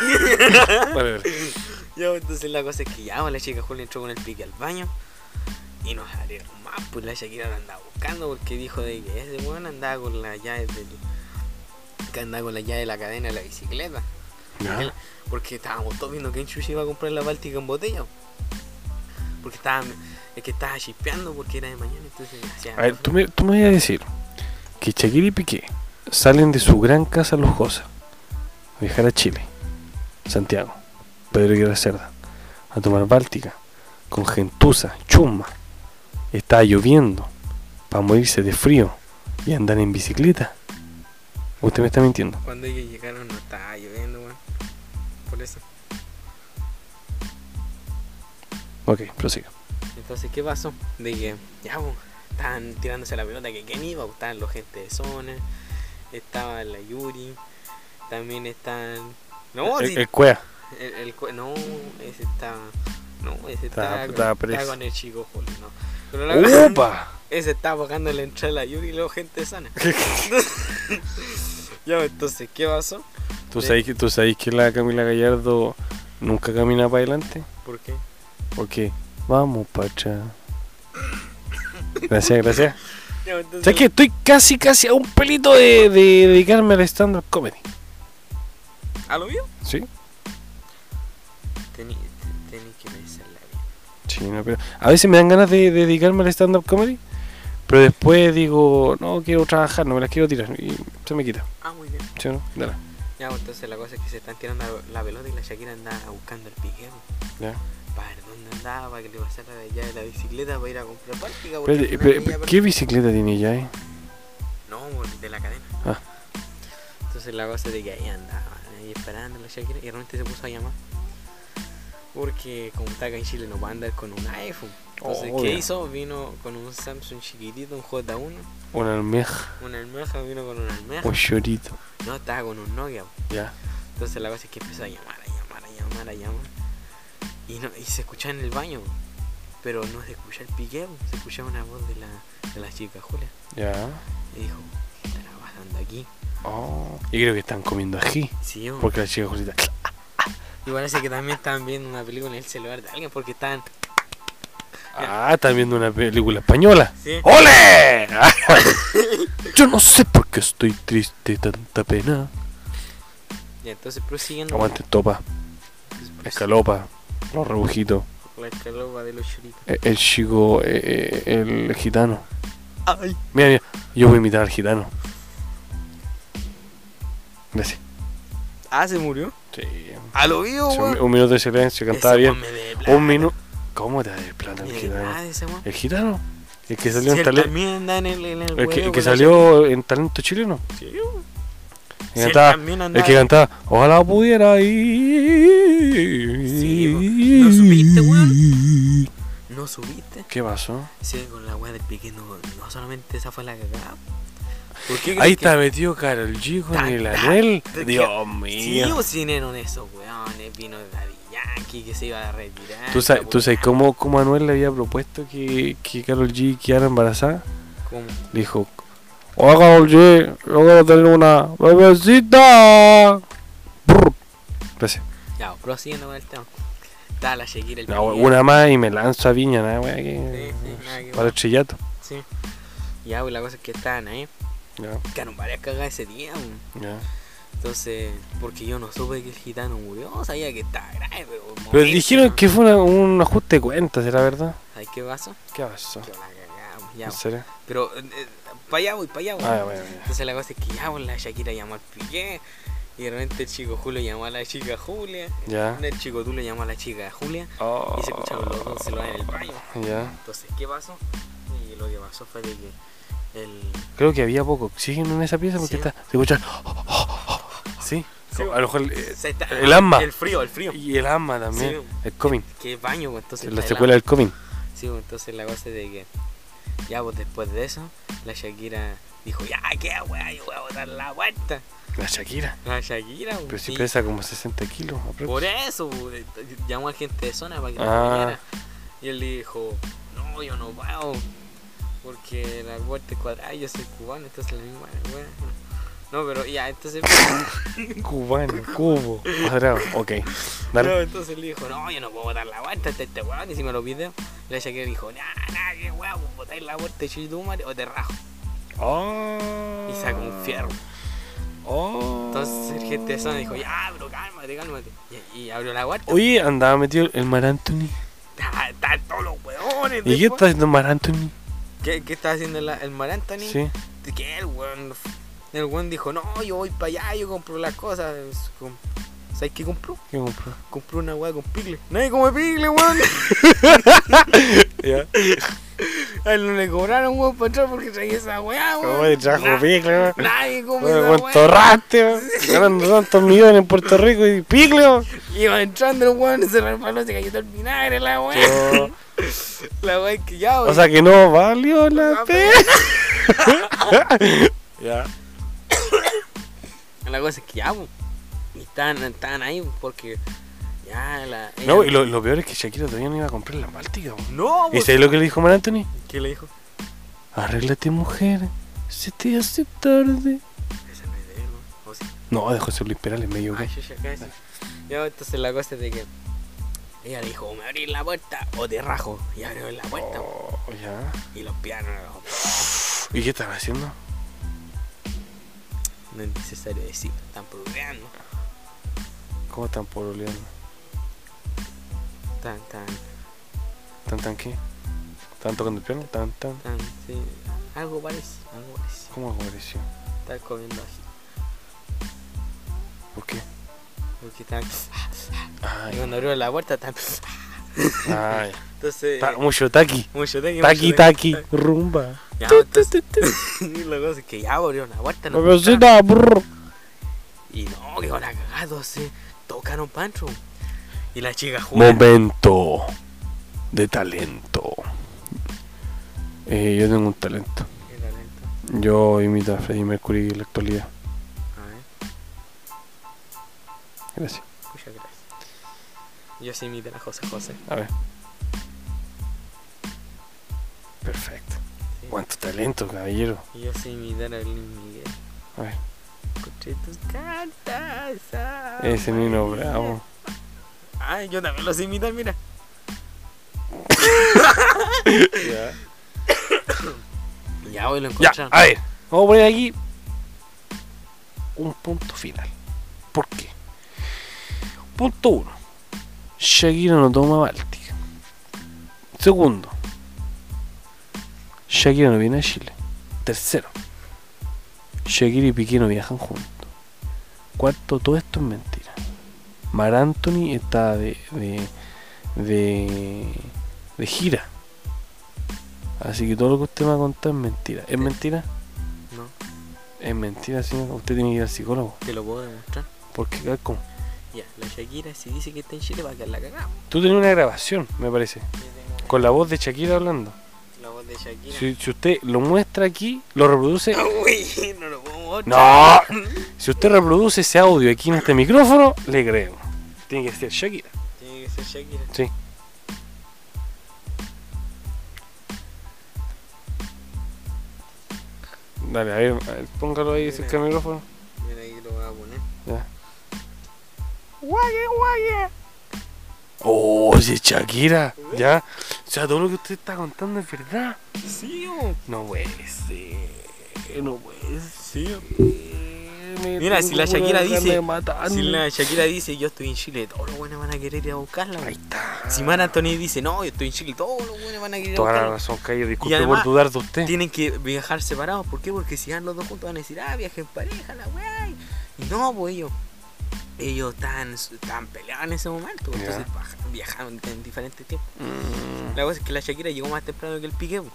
Speaker 1: Ah. Dale, dale.
Speaker 2: Ya, entonces la cosa es que ya, pues, la chica Julia entró con el pique al baño y nos abrieron más, pues la Shakira lo andaba buscando porque dijo de que ese weón andaba con la llave del. que andaba con la llave de la cadena de la bicicleta. Él-
Speaker 1: Ya.
Speaker 2: Porque estábamos todos viendo que en Chuchi iba a comprar la Báltica en botella. Porque estaba, es que estaba chispeando porque era de mañana, entonces hacía
Speaker 1: A ver, tú me, tú me vas a decir que Shakira y Piqué salen de su gran casa lujosa a viajar a Chile, Santiago, Pedro Guerra Cerda, a tomar Báltica, con gentuza, chumba. Está lloviendo, para morirse de frío y andar en bicicleta. Usted me está mintiendo.
Speaker 2: Cuando ellos llegaron no estaba lloviendo, weón. Por eso.
Speaker 1: Ok, prosiga.
Speaker 2: Entonces, ¿qué pasó? De que, ya, po, estaban tirándose la pelota que quién iba, po, estaban los gente de zona, estaba la Yuri, también están. No,
Speaker 1: el,
Speaker 2: si-
Speaker 1: el Eh, cuea.
Speaker 2: el- el cue- no, ese estaba. No, ese
Speaker 1: Estaba-
Speaker 2: estaba, con-
Speaker 1: estaba
Speaker 2: estaba
Speaker 1: preso.
Speaker 2: con el chico Julio, no. Pero la verdad,
Speaker 1: ¡Opa!
Speaker 2: ese estaba pagando la entrada a la Yuri y luego gente sana. ya, po, entonces, ¿qué pasó?
Speaker 1: ¿Tú
Speaker 2: Sí.
Speaker 1: sabes, que, ¿Tú sabes que la Camila Gallardo nunca camina para adelante?
Speaker 2: ¿Por qué?
Speaker 1: Porque vamos pacha. Gracias, gracias.
Speaker 2: Ya, po, entonces,
Speaker 1: ¿Sabes que estoy casi, casi a un pelito de, de dedicarme al stand-up comedy?
Speaker 2: ¿A lo mío?
Speaker 1: ¿Sí?
Speaker 2: Tenéis que pensarla bien.
Speaker 1: Sí, no, pero a veces me dan ganas de, de dedicarme al stand-up comedy, pero después digo, no, quiero trabajar, no me las quiero tirar, y se me quita.
Speaker 2: Ah, muy bien.
Speaker 1: ¿Sí o no? Dale.
Speaker 2: Ya, pues, entonces la cosa es que se están tirando la, la pelota y la Shakira anda buscando el piqueo.
Speaker 1: Ya.
Speaker 2: Para ver dónde andaba, para que le pasara la llave de la bicicleta para ir a comprar páltica. porque
Speaker 1: Espérate,
Speaker 2: al final
Speaker 1: espérate,
Speaker 2: ella
Speaker 1: espérate,
Speaker 2: per-
Speaker 1: ¿Qué bicicleta tiene ya, eh?
Speaker 2: No, pues, de la cadena.
Speaker 1: Ah.
Speaker 2: Entonces la cosa es de que ahí andaba, ahí esperando la Shakira y realmente se puso a llamar. Porque como está acá en Chile no va a andar con un iPhone. Entonces, ¿qué
Speaker 1: Obvio.
Speaker 2: hizo? Vino con un Samsung chiquitito, un J1,
Speaker 1: Una almeja,
Speaker 2: una almeja, vino con una almeja.
Speaker 1: un chorito.
Speaker 2: No, estaba con un Nokia.
Speaker 1: Ya.
Speaker 2: Entonces la cosa es que empezó a llamar, a llamar, a llamar, a llamar. Y, no, y se escuchaba en el baño, pero no se escuchaba el piqueo, se escuchaba una voz de la, de la chica Julia.
Speaker 1: Ya.
Speaker 2: Y dijo, ¿qué estará pasando aquí?
Speaker 1: Oh. Y creo que están comiendo ají,
Speaker 2: Sí, yo.
Speaker 1: porque la chica Julita.
Speaker 2: Y parece que también estaban viendo una película en el celular de alguien porque estaban...
Speaker 1: Ah, están viendo una película española.
Speaker 2: Sí.
Speaker 1: ¡Ole! Yo no sé por qué estoy triste, tanta pena.
Speaker 2: Y entonces prosiguiendo...
Speaker 1: Aguante topa,
Speaker 2: pues, pues,
Speaker 1: escalopa, los rebujitos,
Speaker 2: La escalopa este de los churitos.
Speaker 1: e- el chico, e- e- el gitano.
Speaker 2: ¡Ay!
Speaker 1: Mira, mira, yo voy a imitar al gitano. Gracias.
Speaker 2: Ah, se murió.
Speaker 1: Sí.
Speaker 2: A lo vivo,
Speaker 1: Sí, un,
Speaker 2: weón.
Speaker 1: un minuto de silencio, cantaba
Speaker 2: Ese
Speaker 1: bien. Oh,
Speaker 2: weón me debe
Speaker 1: Un
Speaker 2: plata,
Speaker 1: minuto. ¿Cómo te da el plata el
Speaker 2: me debe
Speaker 1: gitano?
Speaker 2: plata ah, ese weón.
Speaker 1: ¿El gitano? El que
Speaker 2: Si
Speaker 1: salió en
Speaker 2: él
Speaker 1: talento.
Speaker 2: también anda en el, en el
Speaker 1: El que,
Speaker 2: huevo
Speaker 1: el que
Speaker 2: con la
Speaker 1: salió en talento chileno.
Speaker 2: Sí, weón.
Speaker 1: Y
Speaker 2: Si él
Speaker 1: cantaba-
Speaker 2: también
Speaker 1: El
Speaker 2: andaba-
Speaker 1: que cantaba, ojalá pudiera ir.
Speaker 2: Sí, po. ¿No supiste, weón? ¿No subiste?
Speaker 1: ¿Qué pasó?
Speaker 2: Sí, con la weá del pique, no, no solamente esa fue la cagada. ¿Por qué
Speaker 1: Ahí
Speaker 2: crees que-
Speaker 1: está metido Carol G con
Speaker 2: Tan,
Speaker 1: el
Speaker 2: tan,
Speaker 1: Anuel.
Speaker 2: tan,
Speaker 1: Dios
Speaker 2: Sí,
Speaker 1: mío.
Speaker 2: o si vinieron esos weones, vino Daddy Yankee que se iba a retirar.
Speaker 1: ¿Tú sabes,
Speaker 2: esa
Speaker 1: tú sabes
Speaker 2: weá.
Speaker 1: cómo, cómo Anuel le había propuesto que, que Carol G quedara embarazada?
Speaker 2: ¿Cómo?
Speaker 1: Le dijo, hola Carol G, yo quiero tener una bebecita. Brr. Gracias.
Speaker 2: Ya, prosiguiendo con el tema. Está la Shakira el
Speaker 1: No,
Speaker 2: pique.
Speaker 1: una más y me lanzo a Viña, nada, wea, que-
Speaker 2: Sí, sí, nada que
Speaker 1: Para el chillato.
Speaker 2: Sí. Ya, pues la cosa es que estaban ahí.
Speaker 1: Ya,
Speaker 2: Quedaron varias cagadas ese día, weón.
Speaker 1: ya.
Speaker 2: Entonces, porque yo no supe que el gitano murió, sabía que estaba grave, pero.
Speaker 1: Pero
Speaker 2: morirse,
Speaker 1: dijeron
Speaker 2: ¿no?
Speaker 1: que fue una- un ajuste de cuentas, la verdad.
Speaker 2: ¿Sabes qué pasó?
Speaker 1: ¿Qué pasó?
Speaker 2: Que la cagamos, ya.
Speaker 1: ¿En serio?
Speaker 2: Pero para eh, allá voy, para allá voy.
Speaker 1: Ah, bueno, ya.
Speaker 2: Entonces la cosa es que ya pues, la Shakira llamó al Piqué Y de repente el chico Julio llamó a la chica Julia.
Speaker 1: Ya.
Speaker 2: El chico tú le llamó a la chica Julia.
Speaker 1: Oh,
Speaker 2: Y se escucharon los dos se lo en el baño.
Speaker 1: Ya.
Speaker 2: Entonces, ¿qué pasó? Y lo que pasó fue de que el.
Speaker 1: Creo que había poco oxígeno en esa pieza porque
Speaker 2: Sí.
Speaker 1: está, se escucha. Sí.
Speaker 2: Sí,
Speaker 1: A lo mejor. eh,
Speaker 2: se está-
Speaker 1: el asma.
Speaker 2: El frío, el frío.
Speaker 1: y el ama también.
Speaker 2: Sí.
Speaker 1: El coming.
Speaker 2: Que baño, pues, entonces.
Speaker 1: La
Speaker 2: está
Speaker 1: secuela del coming.
Speaker 2: helado. Sí, pues, entonces la cosa es de que. Ya, pues después de eso, la Shakira dijo: Ya, qué weá, yo voy a botar la vuelta.
Speaker 1: La Shakira.
Speaker 2: La Shakira, pues,
Speaker 1: Pero si
Speaker 2: y-
Speaker 1: pesa como 60 kilos. aprox.
Speaker 2: Por eso, pues, llamó a gente de zona para que
Speaker 1: Ah.
Speaker 2: la viniera. Y él dijo, no, yo no pago. Porque la vuelta es cuadrada, yo soy cubano, entonces la misma weá". No, pero ya, entonces.
Speaker 1: Cubano, cubo. Cuadrado. Ok. Dale.
Speaker 2: No, entonces le dijo, no, yo no puedo botar la vuelta este, este weón, y si me lo pide, la Shakira dijo, nah, nah, qué weón, pues, botáis la vuelta, chitumare, o te rajo.
Speaker 1: Oh.
Speaker 2: Y sacó un fierro.
Speaker 1: Oh.
Speaker 2: Entonces el gente de zona dijo, ya, pero cálmate, cálmate. Y, y abrió la vuelta,
Speaker 1: Oye, andaba metido el Mar Anthony.
Speaker 2: están todos los weones.
Speaker 1: ¿Y qué
Speaker 2: después.
Speaker 1: está haciendo Mar Anthony?
Speaker 2: ¿Qué, qué estaba haciendo la- el Mar Anthony?
Speaker 1: Sí.
Speaker 2: de que el weón, el weón dijo, no, yo voy para allá, yo compro las cosas. Com- ¿Sabes qué compró?
Speaker 1: ¿Qué compró?
Speaker 2: Compró una weá con pigle. Nadie come pigle, weón.
Speaker 1: Ya.
Speaker 2: A él no le cobraron, weón, para entrar porque traía esa weá, weón.
Speaker 1: ¿Cómo le trajo
Speaker 2: Na-
Speaker 1: picle, weón?
Speaker 2: Nadie come
Speaker 1: Bueno,
Speaker 2: esa
Speaker 1: cuánto
Speaker 2: weá.
Speaker 1: raste, weón. ganando tantos millones en Puerto Rico y pigleo.
Speaker 2: Iba entrando el weón, se resbaló, se cayó todo el vinagre, la weá. La weá es que ya,
Speaker 1: O
Speaker 2: weón.
Speaker 1: sea que no valió la
Speaker 2: Ah,
Speaker 1: pena. ya.
Speaker 2: la cosa es que ya, weón. Y estaban, estaban ahí porque ya la... ella-
Speaker 1: No, y lo, lo peor es que Shakira todavía no iba a comprar la Báltica, weón.
Speaker 2: No, pues
Speaker 1: ¿Y
Speaker 2: weón.
Speaker 1: sabes lo que le dijo Mar Anthony?
Speaker 2: ¿Qué le dijo?
Speaker 1: Arréglate, mujer. Se te hace tarde.
Speaker 2: Esa no es de él, weón. O sea,
Speaker 1: No, de José Luis Perales medio
Speaker 2: Ay,
Speaker 1: gay.
Speaker 2: yo ya casi. Ya, entonces la cosa es de que ella le dijo, o me abrís la puerta o te rajo. Y abrió la puerta
Speaker 1: Oh, ya.
Speaker 2: y los pianos.
Speaker 1: ¿Y qué estaba haciendo?
Speaker 2: No es necesario decir, están prudeando.
Speaker 1: ¿Cómo están pololeando?
Speaker 2: Tan, tan,
Speaker 1: ¿Tan tan qué? ¿Están tocando el piano? ¿Tan tan?
Speaker 2: tan, sí. Algo parece, algo parece.
Speaker 1: ¿Cómo apareció?
Speaker 2: Están comiendo ají.
Speaker 1: ¿Por qué?
Speaker 2: Porque están. Y
Speaker 1: Ay,
Speaker 2: cuando abrió la puerta están.
Speaker 1: ay.
Speaker 2: Entonces.
Speaker 1: Ta- mucho taqui.
Speaker 2: Mucho taqui,
Speaker 1: Taqui,
Speaker 2: mucho
Speaker 1: taqui. Rumba.
Speaker 2: Ya, entonces, y la cosa es que ya abrió la puerta. nos mostraron. Y no, que van a cagar, entonces tocaron pancho. Y la chica jugó.
Speaker 1: Momento de talento. Eh, yo tengo un talento.
Speaker 2: Qué talento.
Speaker 1: Yo imito a Freddie Mercury en la actualidad.
Speaker 2: A ver,
Speaker 1: Gracias.
Speaker 2: muchas gracias. Yo sí imité a José José.
Speaker 1: A ver. Perfecto.
Speaker 2: sí.
Speaker 1: Cuánto talento, caballero.
Speaker 2: Y yo sí imité a Luis Miguel.
Speaker 1: A ver.
Speaker 2: Escuché tus cartas. ah,
Speaker 1: Ese
Speaker 2: María.
Speaker 1: Nino Bravo.
Speaker 2: Ay, yo también los imito, mira. Ya hoy lo
Speaker 1: Ya,
Speaker 2: encontraron.
Speaker 1: a ver. Vamos a poner aquí un punto final. ¿Por qué? Punto uno. Shakira no toma Báltica. Segundo. Shakira no viene a Chile. Tercero. Shakira y Piqué no viajan juntos. Cuarto, todo esto es mentira. Mar Anthony está de, de, de, de gira. Así que todo lo que usted me ha contado es mentira. ¿Es mentira?
Speaker 2: No,
Speaker 1: Es mentira, señor. Usted tiene que ir al psicólogo.
Speaker 2: te lo puedo demostrar.
Speaker 1: Porque claro, como-
Speaker 2: Ya, la Shakira si dice que está en Chile va a quedar la cagada.
Speaker 1: Tú tenías una grabación, me parece.
Speaker 2: Yo tengo
Speaker 1: Con la voz de Shakira hablando.
Speaker 2: la voz de Shakira.
Speaker 1: Si, si usted lo muestra aquí, lo reproduce.
Speaker 2: Uy, no lo puedo
Speaker 1: ¡No! Si usted reproduce ese audio aquí en este micrófono, le creo. Tiene que ser Shakira.
Speaker 2: Tiene que ser Shakira.
Speaker 1: Sí. Dale, a ver, a ver, póngalo ahí cerca del micrófono.
Speaker 2: Mira ahí lo voy a poner.
Speaker 1: Ya. ¡Oh, si es Shakira! Ya. O sea, todo lo que usted está contando es verdad.
Speaker 2: Sí, oh.
Speaker 1: No puede ser, no puede ser.
Speaker 2: Mira, si la Shakira dice- Si la
Speaker 1: Ahí
Speaker 2: Shakira dice yo estoy en Chile, todos los buenos van a querer ir a buscarla. güey.
Speaker 1: está.
Speaker 2: Si Mar Anthony dice no, yo estoy en Chile, todos los buenos van a querer ir a
Speaker 1: Toda la
Speaker 2: buscarla.
Speaker 1: razón, Cayo. Disculpe por
Speaker 2: además,
Speaker 1: dudar de usted.
Speaker 2: Tienen que viajar separados. ¿Por qué? Porque si van los dos juntos van a decir, ah, viajen en pareja, la weá. y- Y no, pues ellos, ellos estaban, estaban peleados en ese momento. pues,
Speaker 1: Ya.
Speaker 2: Entonces baja- viajaron en diferentes tiempos.
Speaker 1: Mm,
Speaker 2: La cosa es que la Shakira llegó más temprano que el Piqué, pues.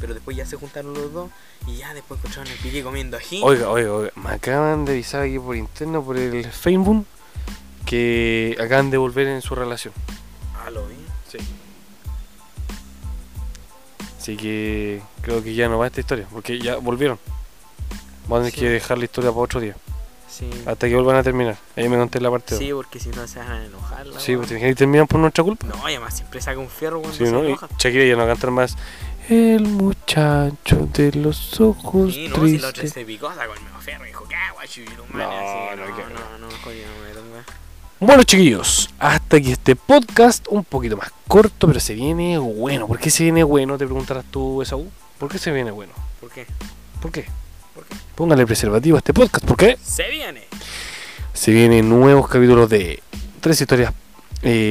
Speaker 2: pero después ya se juntaron los dos y ya después encontraron al Piqué comiendo ají.
Speaker 1: Oiga, oiga, oiga, me acaban de avisar aquí por interno, por el Facebook, que acaban de volver en su relación.
Speaker 2: Ah, lo vi.
Speaker 1: Sí. Así que creo que ya no va esta historia, porque ya volvieron. Vamos a tener
Speaker 2: Sí.
Speaker 1: que dejar la historia para otro día,
Speaker 2: Sí.
Speaker 1: hasta que vuelvan a terminar. Ahí me conté la parte. dos.
Speaker 2: Sí, porque si no se van a enojar. la
Speaker 1: sí
Speaker 2: weá.
Speaker 1: pues te imaginas que terminan por nuestra culpa.
Speaker 2: No, y además siempre saca un fierro cuando
Speaker 1: Sí,
Speaker 2: se
Speaker 1: ¿no? Y
Speaker 2: enoja.
Speaker 1: Shakira ya no va a cantar más. El muchacho de los ojos
Speaker 2: Sí, no, si la otra
Speaker 1: tristes.
Speaker 2: se picó, sacó el mismo fierro y dijo, ¿qué agua, chubirumane?
Speaker 1: No,
Speaker 2: Así,
Speaker 1: no,
Speaker 2: no,
Speaker 1: que-
Speaker 2: no, no, jodido, no me tengo.
Speaker 1: Bueno, chiquillos, hasta aquí este podcast un poquito más corto, pero se viene bueno. ¿Por qué se viene bueno? Te preguntarás tú, Esaú. ¿Por qué se viene bueno?
Speaker 2: ¿Por qué?
Speaker 1: ¿Por qué?
Speaker 2: ¿Por qué?
Speaker 1: Póngale preservativo a este podcast. ¿Por qué?
Speaker 2: ¡Se viene!
Speaker 1: Se vienen nuevos capítulos de tres historias.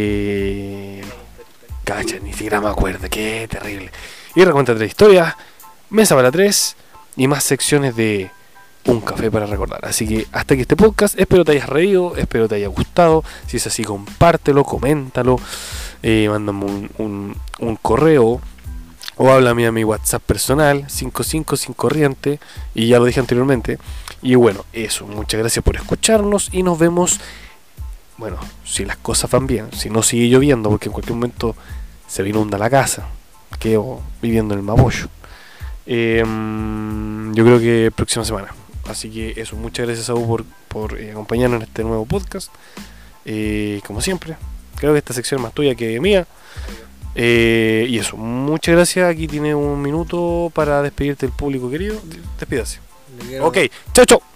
Speaker 1: Eh, Cacha, ni siquiera me acuerdo, qué terrible. Y recuenta tres historias, mesa para tres y más secciones de un café para recordar. Así que hasta aquí este podcast, espero te hayas reído, espero te haya gustado. Si es así, compártelo, coméntalo, eh, mándame un, un- un correo o háblame a mi WhatsApp personal 555 corriente y ya lo dije anteriormente. Y bueno, eso, muchas gracias por escucharnos y nos vemos. Bueno, si las cosas van bien, si no sigue lloviendo, porque en cualquier momento se me inunda la casa, quedo viviendo en el Mapocho. Em, yo creo que próxima semana. Así que eso, muchas gracias a vos por, por, eh, acompañarnos en este nuevo podcast. Eh, como siempre, creo que esta sección es más tuya que mía. Eh, y eso, muchas gracias. Aquí tiene un minuto para despedirte del público querido. Despídase.
Speaker 2: Le quiero-
Speaker 1: Ok, chao, chao.